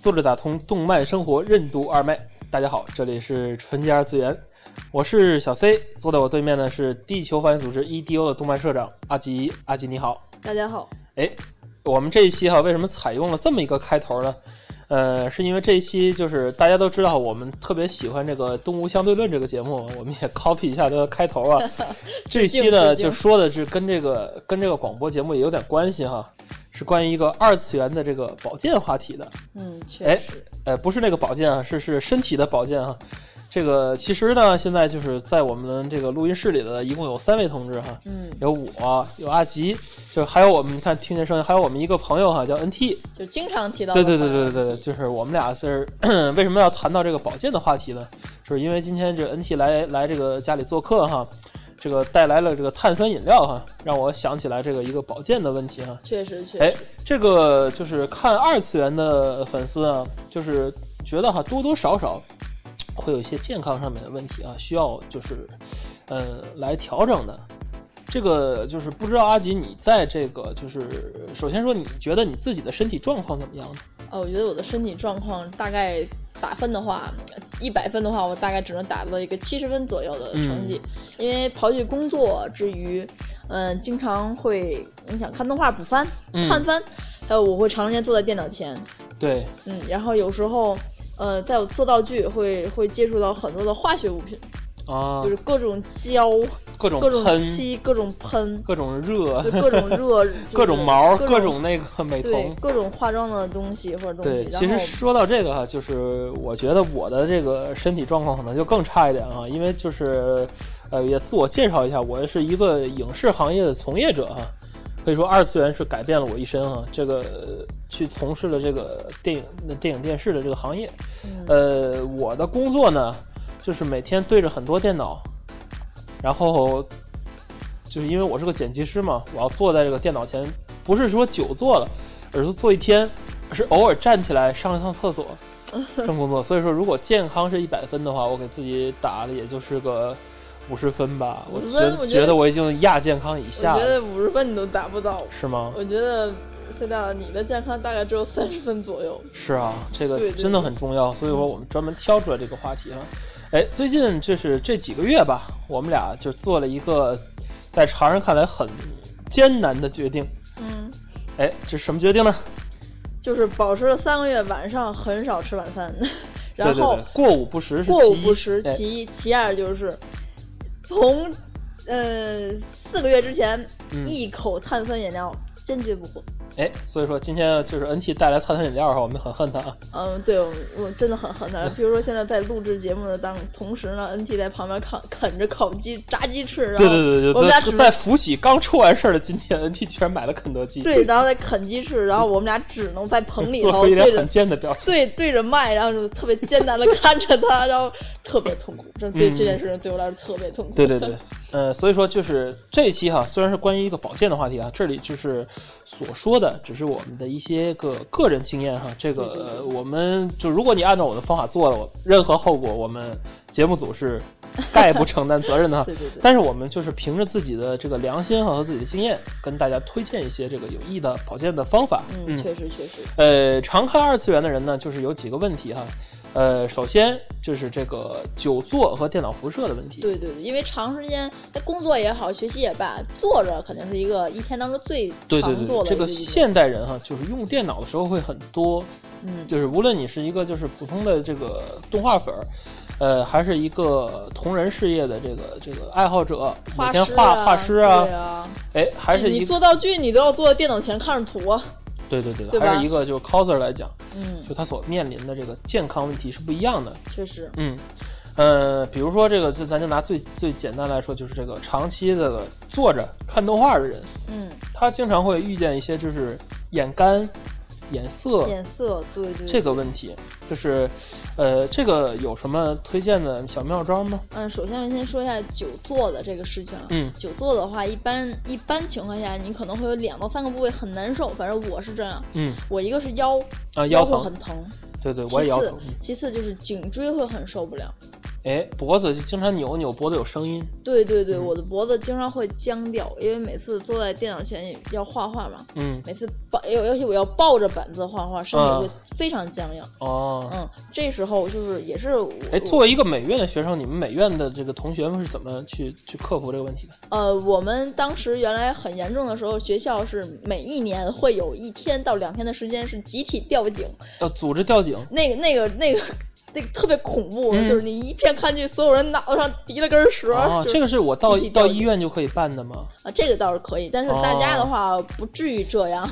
作者打通动漫生活任督二脉。大家好，这里是纯洁二次元，我是小 C，坐在我对面的是地球反应组织 EDO 的动漫社长阿吉。阿吉你好，大家好，哎，我们这一期哈、为什么采用了这么一个开头呢？呃，是因为这一期就是大家都知道我们特别喜欢这个《东吴相对论》这个节目，我们也 copy 一下它的开头啊。 这一期呢，致敬就说的是跟这个跟这个广播节目也有点关系哈，是关于一个二次元的这个保健话题的。嗯，确哎实，呃，不是那个保健啊，是是身体的保健啊。这个其实呢，现在就是在我们这个录音室里的，一共有三位同志哈，嗯，有我，有阿吉，就还有我们你看听见声音，还有我们一个朋友哈，叫 NT。就经常提到对的对对对对对，就是我们俩是 为什么要谈到这个保健的话题呢？就是因为今天这 NT 来来这个家里做客哈，这个带来了这个碳酸饮料哈，让我想起来这个一个保健的问题哈。确实确实，哎，这个就是看二次元的粉丝啊，就是觉得哈多多少少会有一些健康上面的问题啊，需要就是呃来调整的。这个就是不知道阿吉，你在这个就是首先说，你觉得你自己的身体状况怎么样呢？哦，我觉得我的身体状况大概打分的话，一百分的话，我大概只能打到一个七十分左右的嗯成绩，因为刨去工作之余，嗯，经常会你想看动画补番、嗯看番，还有我会长时间坐在电脑前，对，嗯，然后有时候。呃，在我做道具会会接触到很多的化学物品，啊，就是各种胶、各种各种喷，漆、各种 喷，各种热就，各种 热，就是各种毛，各各种那个美对瞳。各种化妆的东西或者东对西，，其然实后说到这个哈，就是我觉得我的这个身体状况可能就更差一点啊，因为就是，呃，也自我介绍一下，我是一个影视行业的从业者哈，可以说二次元是改变了我一生啊，这个呃去从事了这个电影、电影、电视的这个行业。嗯呃，我的工作呢，就是每天对着很多电脑，然后就是因为我是个剪辑师嘛，我要坐在这个电脑前，不是说久坐了，而是坐一天，是偶尔站起来上一趟 厕所，这么工作。所以说，如果健康是一百分的话，我给自己打的也就是个五十分吧。我50觉分得我觉觉得得我已经亚健康以我下觉了，得五十分你都达不到，是吗？我觉得现在你的健康大概只有三十分左右。是啊，这对个对真的很重要，所以说我们专门挑出来这个话题啊。哎，最近这是这几个月吧，我们俩就做了一个在常人看来很艰难的决定。嗯，哎，这什么决定呢？就是保持了三个月，晚上很少吃晚饭， 然后对对对，过午不食是过午其一不食，哎其一，其二就是从呃四个月之前嗯一口碳酸饮料坚决不喝。哎，所以说今天就是 NT 带来碳酸饮料哈，我们很恨他 啊。嗯，对，我我真的很恨他。比如说现在在录制节目的当同时呢，NT 在旁边啃啃着烤鸡、炸鸡翅，然对后对对我们俩对，只在在福喜刚出完事儿的今天，NT 居然买了肯德基， 对，然后在啃鸡翅，然后我们俩只能在棚里做头出一对脸很着贱的表情。对对着麦，然后就特别艰 难的看着他，然后特别痛苦。真的对嗯这件事情对我来说特别痛苦。对对对，呃，所以说就是这一期哈，虽然是关于一个保健的话题啊，这里就是所说的只是我们的一些个个人经验哈。这个、呃我们就如果你按照我的方法做了，我任何后果我们节目组是概不承担责任的哈。 对对对，但是我们就是凭着自己的这个良心哈和自己的经验，跟大家推荐一些这个有益的保健的方法。嗯，确实确实，呃，常看二次元的人呢，就是有几个问题哈。呃，首先就是这个久坐和电脑辐射的问题。对对对，因为长时间在工作也好，学习也罢，坐着肯定是一个一天当中最对对常坐对，的这一个运动现代人哈、就是用电脑的时候会很多，嗯就是无论你是一个就是普通的这个动画粉儿，呃，还是一个同人事业的这个这个爱好者，每天画画师啊对，啊，哎，还是你一个做道具，你都要坐在电脑前看着图啊。对对对的对吧还是一个就是 coser 来讲，嗯，就他所面临的这个健康问题是不一样的。确实，嗯，呃，比如说这个，就咱就拿最最简单来说，就是这个长期的坐着看动画的人，嗯，他经常会遇见一些就是眼干、眼色眼色，对对对这个问题，就是，呃，这个有什么推荐的小妙招吗？嗯，首先先说一下久坐的这个事情。啊嗯久坐的话，一般一般情况下，你可能会有两到三个部位很难受。反正我是这样，嗯我一个是腰，啊，腰会疼很，疼。对对，其我也腰次疼。嗯其次就是颈椎会很受不了。哎，脖子就经常扭扭，脖子有声音。对对对，嗯我的脖子经常会僵掉，因为每次坐在电脑前要画画嘛，嗯，每次抱，尤尤其我要抱着板子画画，身啊体就非常僵硬。哦，嗯，这时候就是也是我哎，作为一个美院的学生，你们美院的这个同学们是怎么去去克服这个问题的？呃，我们当时原来很严重的时候，学校是每一年会有一天到两天的时间是集体吊颈，要组织吊颈，那个那个那个那个特别恐怖，嗯就是你一片看去，所有人脑袋上滴了根绳儿。哦，就是这个是我到集体吊到颈医院就可以办的吗？啊，这个倒是可以，但是大家的话不至于这样。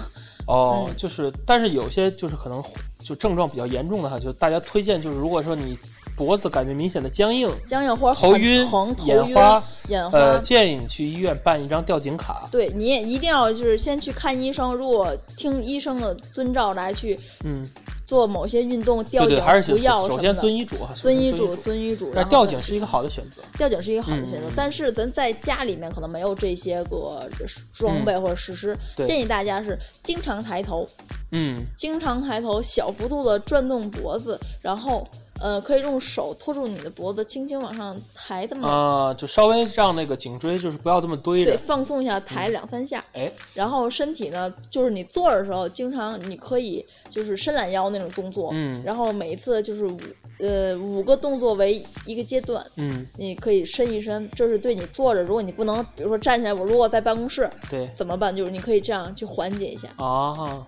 哦，嗯就是，但是有些就是可能就症状比较严重的哈，就大家推荐就是，如果说你脖子感觉明显的僵硬、僵硬或者头很晕疼、、头眼晕、花，眼花，呃，建议你去医院办一张吊颈卡。对，你也一定要就是先去看医生，如果听医生的遵照来去嗯，做某些运动，对吊颈对，还是服药什首么先的。遵医嘱哈，遵医医嘱，。遵医嘱。但是然后吊再颈是一个好的选择。吊颈是一个好的选择，嗯但是咱在家里面可能没有这些个装备或者实施，嗯对建议大家是经常抬头，嗯，经常抬头，小幅度的转动脖子，然后呃可以用手托住你的脖子，轻轻往上抬这么。啊，就稍微让那个颈椎就是不要这么堆对，着。放松一下，抬两三下，哎，然后身体呢，就是你坐着的时候，经常你可以就是伸懒腰那种动作，嗯然后每一次就是五呃五个动作为一个阶段，嗯，你可以伸一伸，这是对你坐着，如果你不能，比如说站起来，我如果在办公室对。怎么办？就是你可以这样去缓解一下。啊，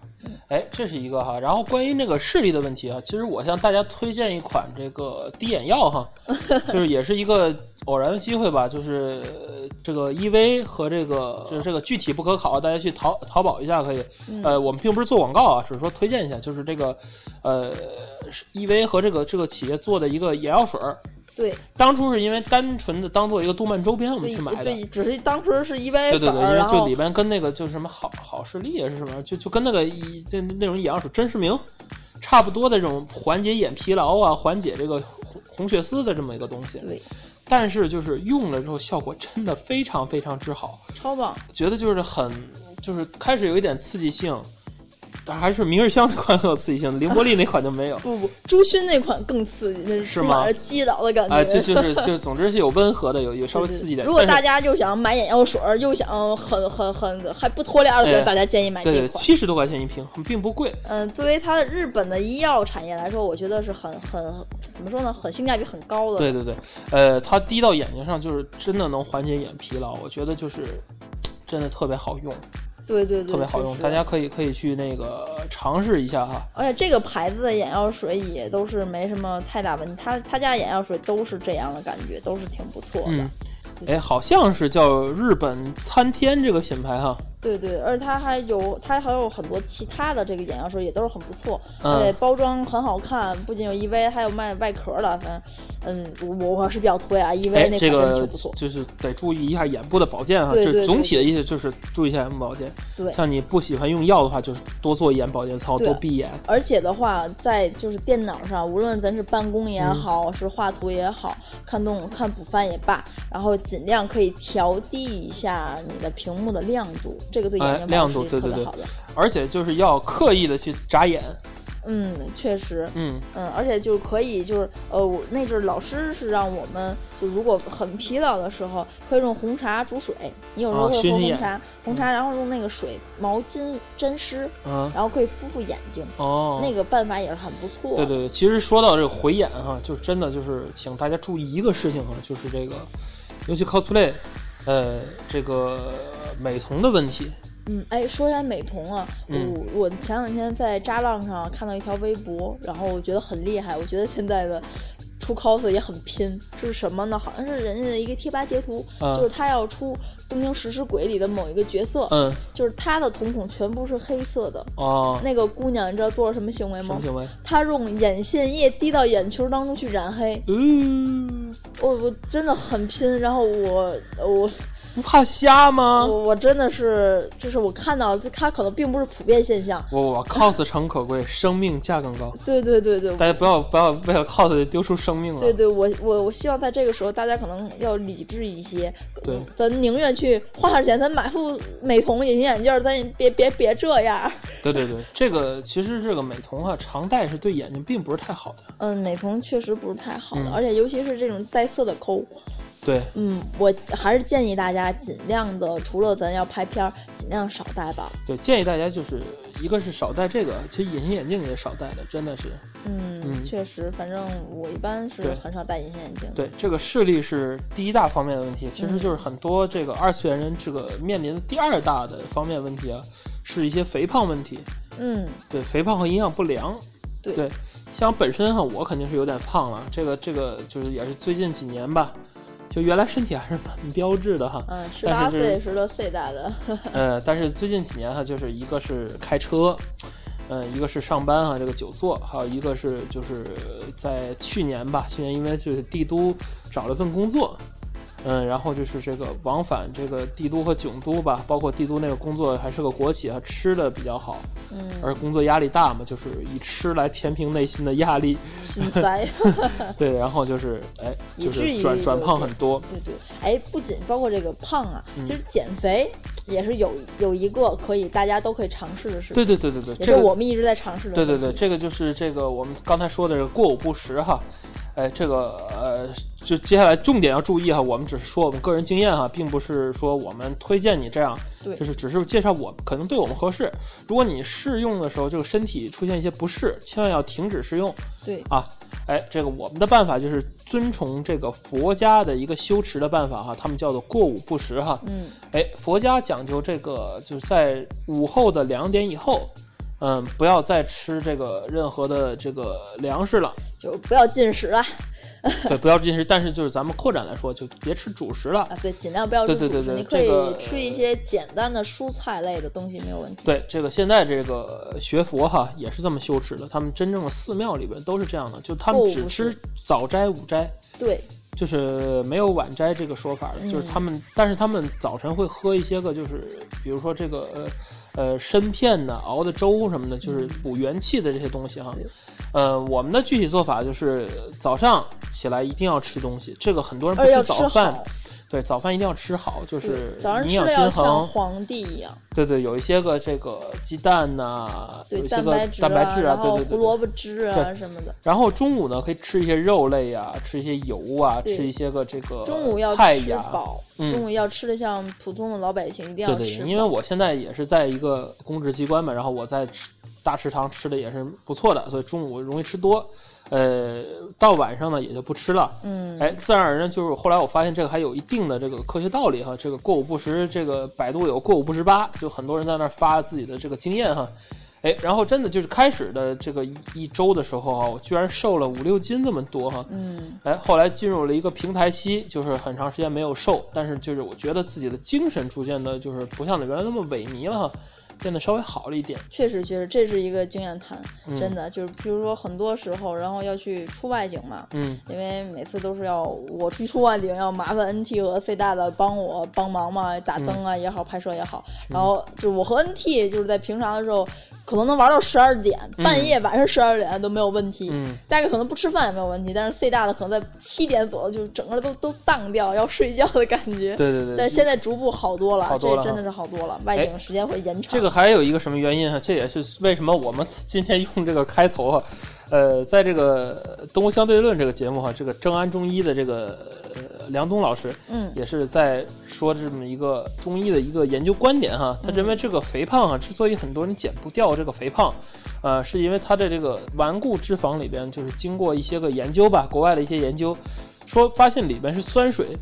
哎，这是一个哈。然后关于那个视力的问题啊，其实我向大家推荐一款这个滴眼药哈，就是也是一个偶然的机会吧，就是呃这个 EV 和这个就是这个具体不可考，大家去淘淘宝一下可以。嗯呃，我们并不是做广告啊，只是说推荐一下，就是这个呃是 EV 和这个这个企业做的一个眼药水儿，对，当初是因为单纯的当做一个动漫周边我们对去买的。对，只是当时是一百对粉对对，儿，因为然就后里边跟那个就是什么好好视力啊是什么，就就跟那个一就那种眼药水真视明差不多的这种缓解眼疲劳啊，缓解这个红红血丝的这么一个东西。对，但是就是用了之后效果真的非常非常之好，超棒，觉得就是很就是开始有一点刺激性，但还是明日香那款很有刺激性，凌波丽那款就没有。 不不，朱勋那款更刺激，那是是充吗满了击倒的感觉。啊，就就是就总之是有温和的，有有稍微对对刺激点。如果但是大家又想买眼药水儿，又想很很很还不脱链的哎话，大家建议买对这对款。七十多块钱一瓶，并不贵。嗯，作为它的日本的医药产业来说，我觉得是很很怎么说呢，很性价比很高的。对对对，呃，它滴到眼睛上就是真的能缓解眼疲劳，我觉得就是真的特别好用，对对对，特别好用，嗯确实大家可以可以去那个尝试一下哈。而且这个牌子的眼药水也都是没什么太大问题，他他家眼药水都是这样的感觉，都是挺不错的。嗯，哎，好像是叫日本参天这个品牌哈。对对，而且它还有它还有很多其他的这个眼药水也都是很不错，嗯而且包装很好看，不仅有 EV，还有卖外壳的，反正嗯，我我是比较推啊，EV 那哎，这款真个挺不错。就是得注意一下眼部的保健哈。对对就总体的意思就是注意一下眼部保健。对，像你不喜欢用药的话，就是多做眼保健操，对多闭眼。而且的话，在就是电脑上，无论咱是办公也好，嗯是画图也好，看动看补番也罢，然后尽量可以调低一下你的屏幕的亮度，这个对哎眼睛保亮护度是对特对别对好的。而且就是要刻意的去眨眼。嗯，确实。嗯，嗯，而且就是可以，就是呃，我那阵儿老师是让我们，就如果很疲劳的时候，可以用红茶煮水。你有时候啊会熏喝眼嗯红茶，红茶，然后用那个水毛巾沾湿，啊，然后可以敷敷眼睛，哦，那个办法也是很不错。对对对，其实说到这个回眼哈，就真的就是请大家注意一个事情哈，就是这个，尤其 cosplay，呃，这个美瞳的问题。嗯，哎，说起来美瞳啊，我、嗯我前两天在扎浪上看到一条微博，然后我觉得很厉害，我觉得现在的出 cos 也很拼，是什么呢？好像是人家的一个贴吧截图，啊就是他要出《东京食尸鬼》里的某一个角色，嗯，就是他的瞳孔全部是黑色的。哦，那个姑娘，你知道做了什么行为什吗么？行为？她用眼线液滴到眼球当中去染黑，嗯，我我真的很拼。然后我我不怕瞎吗？我我真的是，就是我看到它可能并不是普遍现象。我我 cos 诚可贵， 生命价更高。对对对对，大家不要不要为了 cos 就丢出生命了。对对，我我我希望在这个时候，大家可能要理智一些。对咱宁愿去花点钱，咱买副美瞳隐形眼镜，咱也别别别这样。对对对，这个其实这个美瞳啊，常戴是对眼睛并不是太好的。嗯，美瞳确实不是太好的，嗯而且尤其是这种带色的抠。对，嗯，我还是建议大家尽量的，除了咱要拍片儿，尽量少戴吧。对，建议大家就是一个是少戴这个，其实隐形眼镜也少戴的，真的是。嗯，嗯确实，反正我一般是对很少戴隐形眼镜。对，这个视力是第一大方面的问题，其实就是很多这个二次元人这个面临的第二大的方面问题啊，是一些肥胖问题。嗯，对，肥胖和营养不良。对像本身哈，我肯定是有点胖了，这个这个就是也是最近几年吧，就原来身体还是蛮标致的哈，嗯，十八但是这岁时的 C 大的，呃，但是最近几年哈，就是一个是开车，嗯、一个是上班哈，这个久坐，还有一个是就是在去年吧，去年因为就是帝都找了份工作，嗯，然后就是这个往返这个帝都和炯都吧，包括帝都那个工作还是个国企啊，吃的比较好，嗯， 而工作压力大嘛，就是以吃来填平内心的压力，心塞。对，然后就是哎，嗯以就至于是转转有胖些很多，对对，哎，不仅包括这个胖啊，嗯其实减肥也是有有一个可以大家都可以尝试的事对情，对对对对，也这个是我们一直在尝试的。对对对，，这个就是这个我们刚才说的这个过午不食哈，哎，这个呃，就接下来重点要注意哈，我们只是说我们个人经验哈，并不是说我们推荐你这样，对就是只是介绍我可能对我们合适。如果你试用的时候这个身体出现一些不适，千万要停止试用对啊。哎，这个我们的办法就是遵从这个佛家的一个修持的办法哈，他们叫做过午不食哈，嗯，哎，佛家讲究这个，就是在午后的两点以后，嗯，不要再吃这个任何的这个粮食 了，就不要进食啊对，不要进食。但是就是咱们扩展来说，就别吃主食了。啊，对，尽量不要吃对主对对食，对你这可以个吃一些简单的蔬菜类的东西没有问题。对，这个现在这个学佛哈也是这么修持的，他们真正的寺庙里边都是这样的，就他们哦只不吃是早斋午斋，对，就是没有晚斋这个说法的，就是他们，嗯但是他们早晨会喝一些个，就是比如说这个呃呃参片呐、熬的粥什么的，就是补元气的这些东西哈嗯对。呃，我们的具体做法就是早上起来一定要吃东西，这个很多人不而哦且要吃吃早饭好，，对，早饭一定要吃好，就是早上营吃养的均要像衡。皇帝一样，对对，有一些个这个鸡蛋呐、有对一些蛋个白质蛋白质啊，然对后对胡对。萝卜汁啊对什么的。然后中午呢，可以吃一些肉类啊，吃一些油啊，对吃一些个这个中午要菜吃呀，饱，嗯中午要吃的像普通的老百姓一定要对吃对，因为饱我现在也是在一个公职机关嘛，然后我在吃大食堂吃的也是不错的，所以中午容易吃多，呃，到晚上呢也就不吃了。嗯，哎，自然而然就是后来我发现这个还有一定的这个科学道理哈，这个过午不食，这个百度有过午不食吧，就很多人在那儿发自己的这个经验哈。哎，然后真的就是开始的这个一一周的时候啊，我居然瘦了五六斤这么多哈。嗯，哎，后来进入了一个平台期，就是很长时间没有瘦，但是就是我觉得自己的精神逐渐的，就是不像原来那么萎靡了哈，变得稍微好了一点。确实确实，这是一个经验谈，嗯真的就是，比如说很多时候，然后要去出外景嘛。嗯，因为每次都是要我去出外景，要麻烦 NT 和 C 大的帮我帮忙嘛，打嗯灯啊也好，拍摄也好。然后就是我和 NT 就是在平常的时候，可能能玩到十二点，嗯半夜晚上十二点都没有问题。嗯大概可能不吃饭也没有问题，但是 C 大的可能在七点左右，就是整个都都荡掉，要睡觉的感觉。对对对。但是现在逐步好多了，好多了这真的哈哎是好多了，外景时间会延长。这个还有一个什么原因哈？啊这也是为什么我们今天用这个开头哈，呃，在这个《东吴相对论》这个节目哈，啊这个正安中医的这个、呃梁冬老师嗯也是在说这么一个中医的一个研究观点哈，他认为这个肥胖啊，之所以很多人减不掉这个肥胖，呃，是因为它的这个顽固脂肪里边，就是经过一些个研究吧，国外的一些研究，说发现里边是酸水，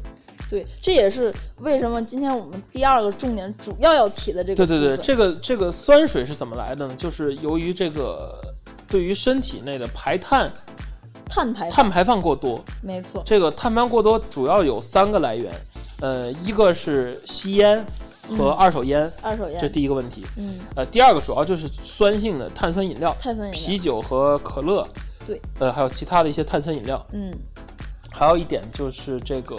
对，这也是为什么今天我们第二个重点主要要提的这个对部分。对对，这个这个酸水是怎么来的呢？就是由于这个对于身体内的排碳碳排放碳排放过多，没错，这个碳排放过多主要有三个来源，呃，一个是吸烟和二手烟，嗯二手这烟，第一个问题。嗯，呃，第二个主要就是酸性的碳酸饮料，碳酸饮料啤酒和可乐，对，呃，还有其他的一些碳酸饮料。嗯还有一点就是这个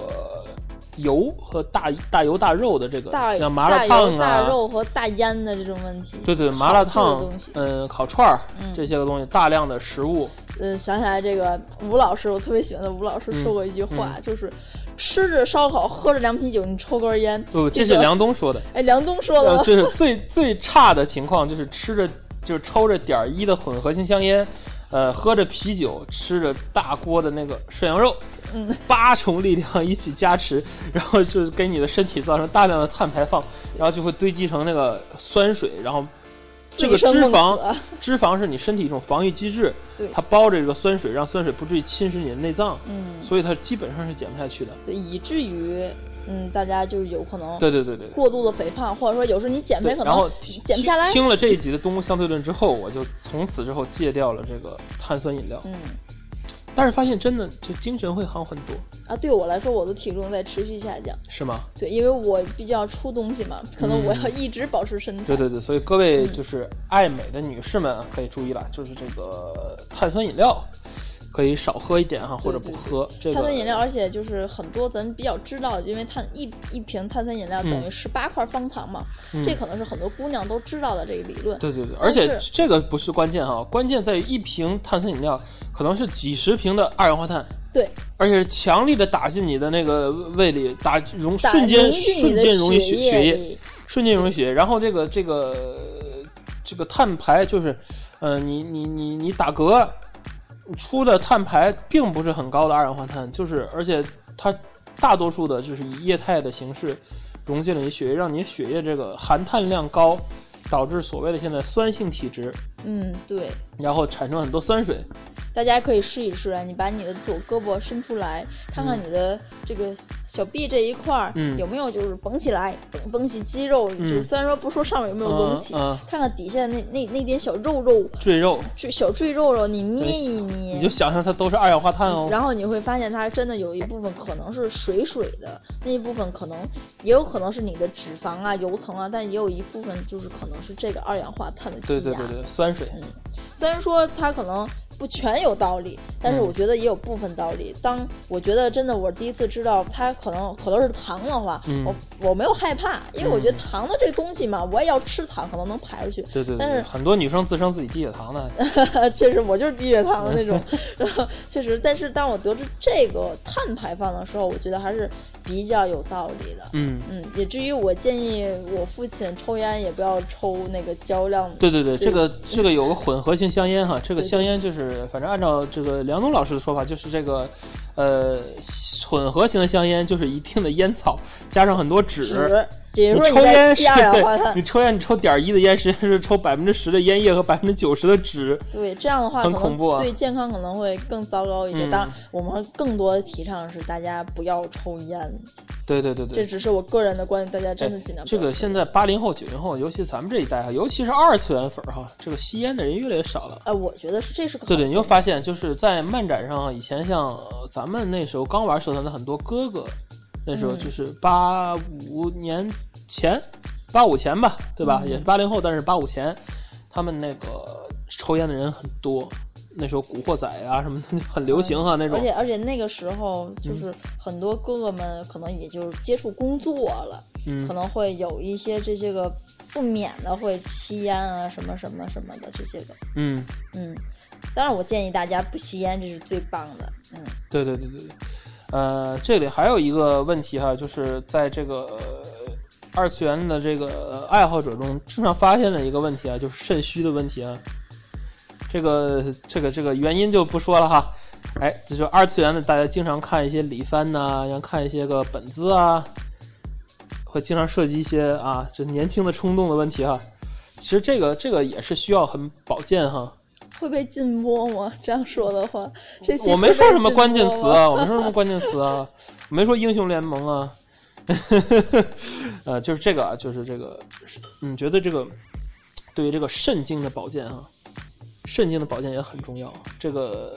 油和大大油大肉的这个，大像麻辣大烫油大啊，肉和大烟的这种问题。对对，麻辣烤制的烫东西，嗯，烤串儿嗯这些个东西，大量的食物，呃，想起来这个吴老师，我特别喜欢的吴老师嗯说过一句话，就是吃着烧烤，喝着凉啤酒，你抽根烟。不，这这是个梁冬说的，哎，梁冬说呃，了，就是最 最差的情况就是吃着就是抽着点儿一的混合型香烟，呃，喝着啤酒，吃着大锅的那个涮羊肉，嗯， 八重力量一起加持，然后就是给你的身体造成大量的碳排放，然后就会堆积成那个酸水，然后这个自己生脂闷死肪了脂肪是你身体一种防御机制对，它包着这个酸水，让酸水不至于侵蚀你的内脏，嗯，所以它基本上是减不下去的。对以至于嗯，大家就有可能对对对对。对过度的肥胖，或者说有时候你减肥对可然后能听减不下来。听了这一集的《东吴相对论》之后，我就从此之后戒掉了这个碳酸饮料，嗯但是发现真的就精神会好很多，啊，对我来说，我的体重在持续下降。是吗？对，因为我毕竟要出东西嘛，可能我嗯要一直保持身材。对对对，所以各位嗯就是爱美的女士们啊可以注意了，就是这个碳酸饮料可以少喝一点哈，或者不喝。这个碳酸饮料，而且就是很多咱比较知道，因为碳一一瓶碳酸饮料等于嗯十八块方糖嘛，嗯这可能是很多姑娘都知道的这个理论。对对对，但而且是这个不是关键哈，关键在于一瓶碳酸饮料可能是几十瓶的二氧化碳，对，而且是强力的打进你的那个胃里，打融打瞬间溶进你瞬的间溶于血液液，里，瞬间溶于血液，然后这个这个这个碳排就是，呃，你你你你打嗝出的碳排并不是很高的二氧化碳，就是而且它大多数的就是以液态的形式溶进了你血液，让你血液这个含碳量高，导致所谓的现在酸性体质，嗯，对，然后产生很多酸水。大家可以试一试啊，你把你的左胳膊伸出来，看看你的这个小臂这一块儿、嗯有没有就是绷起来，绷绷起肌肉，嗯就虽然说不说上面有没有隆嗯起，嗯，看看底下那那那点小肉肉。赘肉，赘小赘肉肉，你捏对一捏，你就想象它都是二氧化碳哦。然后你会发现，它真的有一部分可能是水水的，那一部分可能也有可能是你的脂肪啊、油层啊，但也有一部分就是可能是这个二氧化碳的积对压。对对对，酸水。嗯，虽然说它可能不全有道理，但是嗯我觉得也有部分道理。当我觉得真的我第一次知道它可能可能是糖的话，嗯我我没有害怕，因为我觉得糖的这东西嘛，我也要吃糖，可能能排 出去。对对对但是对，很多女生自称自己低血糖的，确实，我就是低血糖的那 种。 然后确实，但是当我得知这个碳排放的时候，我觉得还是比较有道理的。嗯，嗯，以至于我建议我父亲抽烟也不要抽那个胶量。对对对，对这个这个有个混合型香烟哈，这个对对香烟就是，反正按照这个梁冬老师的说法，就是这个，呃，混合型的香烟就是一定的烟草加上很多纸。纸，也就是你说抽在啊烟吸是二氧化 对，碳你。抽烟你抽点儿一的烟，实际上是抽百分之十的烟叶和百分之九十的纸。对，这样的话可很能恐怖啊对健康可能会更糟糕一些。嗯当然，我们更多的提倡是大家不要抽烟，对对对对，这只是我个人的观点，大家真的哎尽量不这要个抽现在八零后、九零后，尤其咱们这一代哈，尤其是二次元粉儿哈，这个吸烟的人越来越少了。哎，我觉得是这是个对好对，你现就发现就是在漫展上，以前像、呃咱们那时候刚玩社团的很多哥哥，那时候嗯就是八五年前，八五前吧，对吧？嗯也是八零后，但是八五前，他们那个抽烟的人很多。那时候古惑仔啊什么的很流行啊、那嗯而且种，嗯而且那个时候，就是很多哥哥们可能也就接触工作了，嗯可，能会有一些这些个不免的会吸烟啊，什么什么什么的这些个，嗯，嗯。当然，我建议大家不吸烟，这是最棒的。嗯，对对对对对，呃，这里还有一个问题哈，就是在这个、呃二次元的这个呃爱好者中，经常发现的一个问题啊，就是肾虚的问题啊。这个这个这个原因就不说了哈，哎，这就二次元的，大家经常看一些李帆呐、然后看一些个本子啊，会经常涉及一些啊，这年轻的冲动的问题哈。其实这个这个也是需要很保健哈，会被禁播吗？这样说的话，这期我没会说被什么禁关键播词吗 啊，我没说什么关键词啊，我没说英雄联盟啊， 呃，就是这个啊，就是这个，你觉得这个对于这个肾经的保健啊，肾经的保健也很重要。啊这个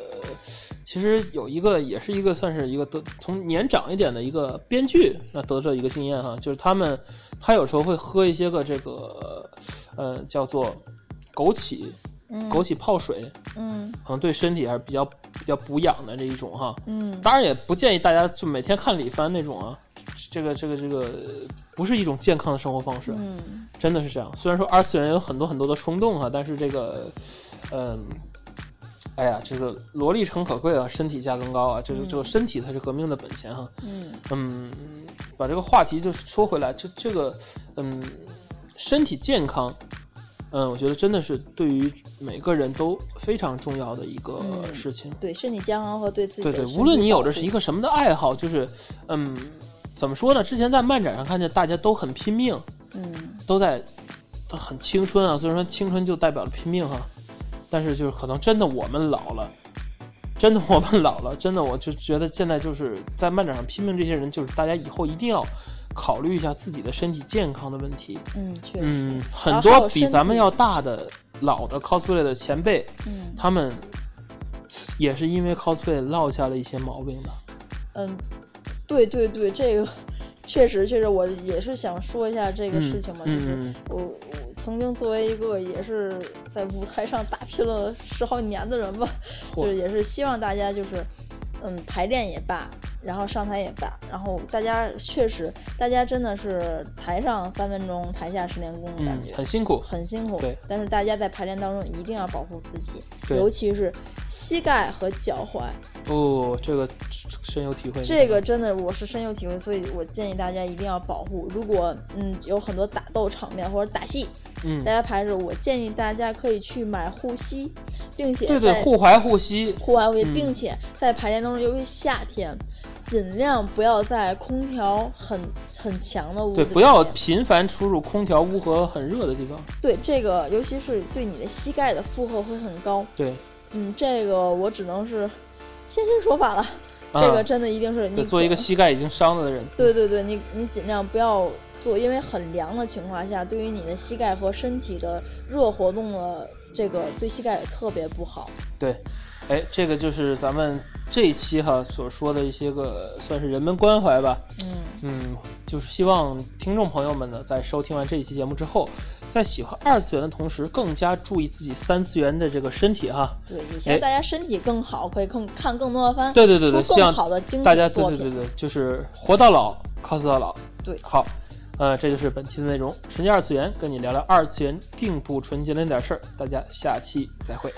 其实有一个，也是一个算是一个得从年长一点的一个编剧那得出的一个经验哈，就是他们他有时候会喝一些个这个呃叫做枸杞枓嗯杞泡水。嗯可能对身体还是比较比较补养的这一种哈。嗯，当然也不建议大家就每天看李帆那种啊，这个这个这个不是一种健康的生活方式，嗯，真的是这样。虽然说二次元有很多很多的冲动哈、但是这个，嗯，哎呀，这个萝莉诚可贵啊，身体价更高啊，这个嗯这个身体才是革命的本钱哈、嗯嗯，把这个话题就说回来，这这个，嗯，身体健康，嗯，我觉得真的是对于每个人都非常重要的一个嗯事情。对身体健康和对自己对的对，身无论体你有保着是护一个什么的爱好，就是，嗯，怎么说呢？之前在漫展上看见大家都很拼命，嗯都在都很青春啊。虽然说青春就代表了拼命哈，但是就是可能真的我们老了，真的我们老了，真的我就觉得现在就是在漫展上拼命这些人，就是大家以后一定要考虑一下自己的身体健康的问题。嗯确实嗯，很然多后比身咱们体要大的老的 cosplay 的前辈，嗯他们也是因为 cosplay 落下了一些毛病的。嗯，对对对，这个确实确实，我也是想说一下这个事情嘛，嗯就是嗯我我曾经作为一个也是在舞台上打拼了十好几年 的人吧，嚯就是也是希望大家就是，嗯，排练也罢，然后上台也罢，然后大家确实，大家真的是台上三分钟，台下十年功的嗯感觉，，很辛苦。很辛苦对。但是大家在排练当中一定要保护自己，对尤其是膝盖和脚踝，哦，这个深有体会。这个真的我是深有体会，所以我建议大家一定要保护。如果嗯有很多打斗场面或者打戏，嗯大，家排着，我建议大家可以去买护膝，并且对对，在护踝护膝，户外卫，嗯并且在排练当中，尤其夏天，尽量不要在空调很很强的屋子对，里面。不要频繁出入空调屋和很热的地方。对这个，尤其是对你的膝盖的负荷会很高。对，嗯，这个我只能是现身说法了。啊这个真的一定是你对做一个可膝盖已经伤了的人。对对对，你你尽量不要做，因为很凉的情况下，对于你的膝盖和身体的热活动的这个对膝盖也特别不好。对，哎，这个就是咱们这一期哈所说的一些个算是人文关怀吧。嗯，嗯，就是希望听众朋友们呢，在收听完这一期节目之后，在喜欢二次元的同时，更加注意自己三次元的这个身体哈。对，以前大家身体更好，可以更看更多的番，对对对对，出希更望好的精大家品对作对对品。对，就是活到老，cos 到老。对好，呃，这就是本期的内容，纯洁二次元，跟你聊聊二次元并不纯洁的那点事儿。大家下期再会。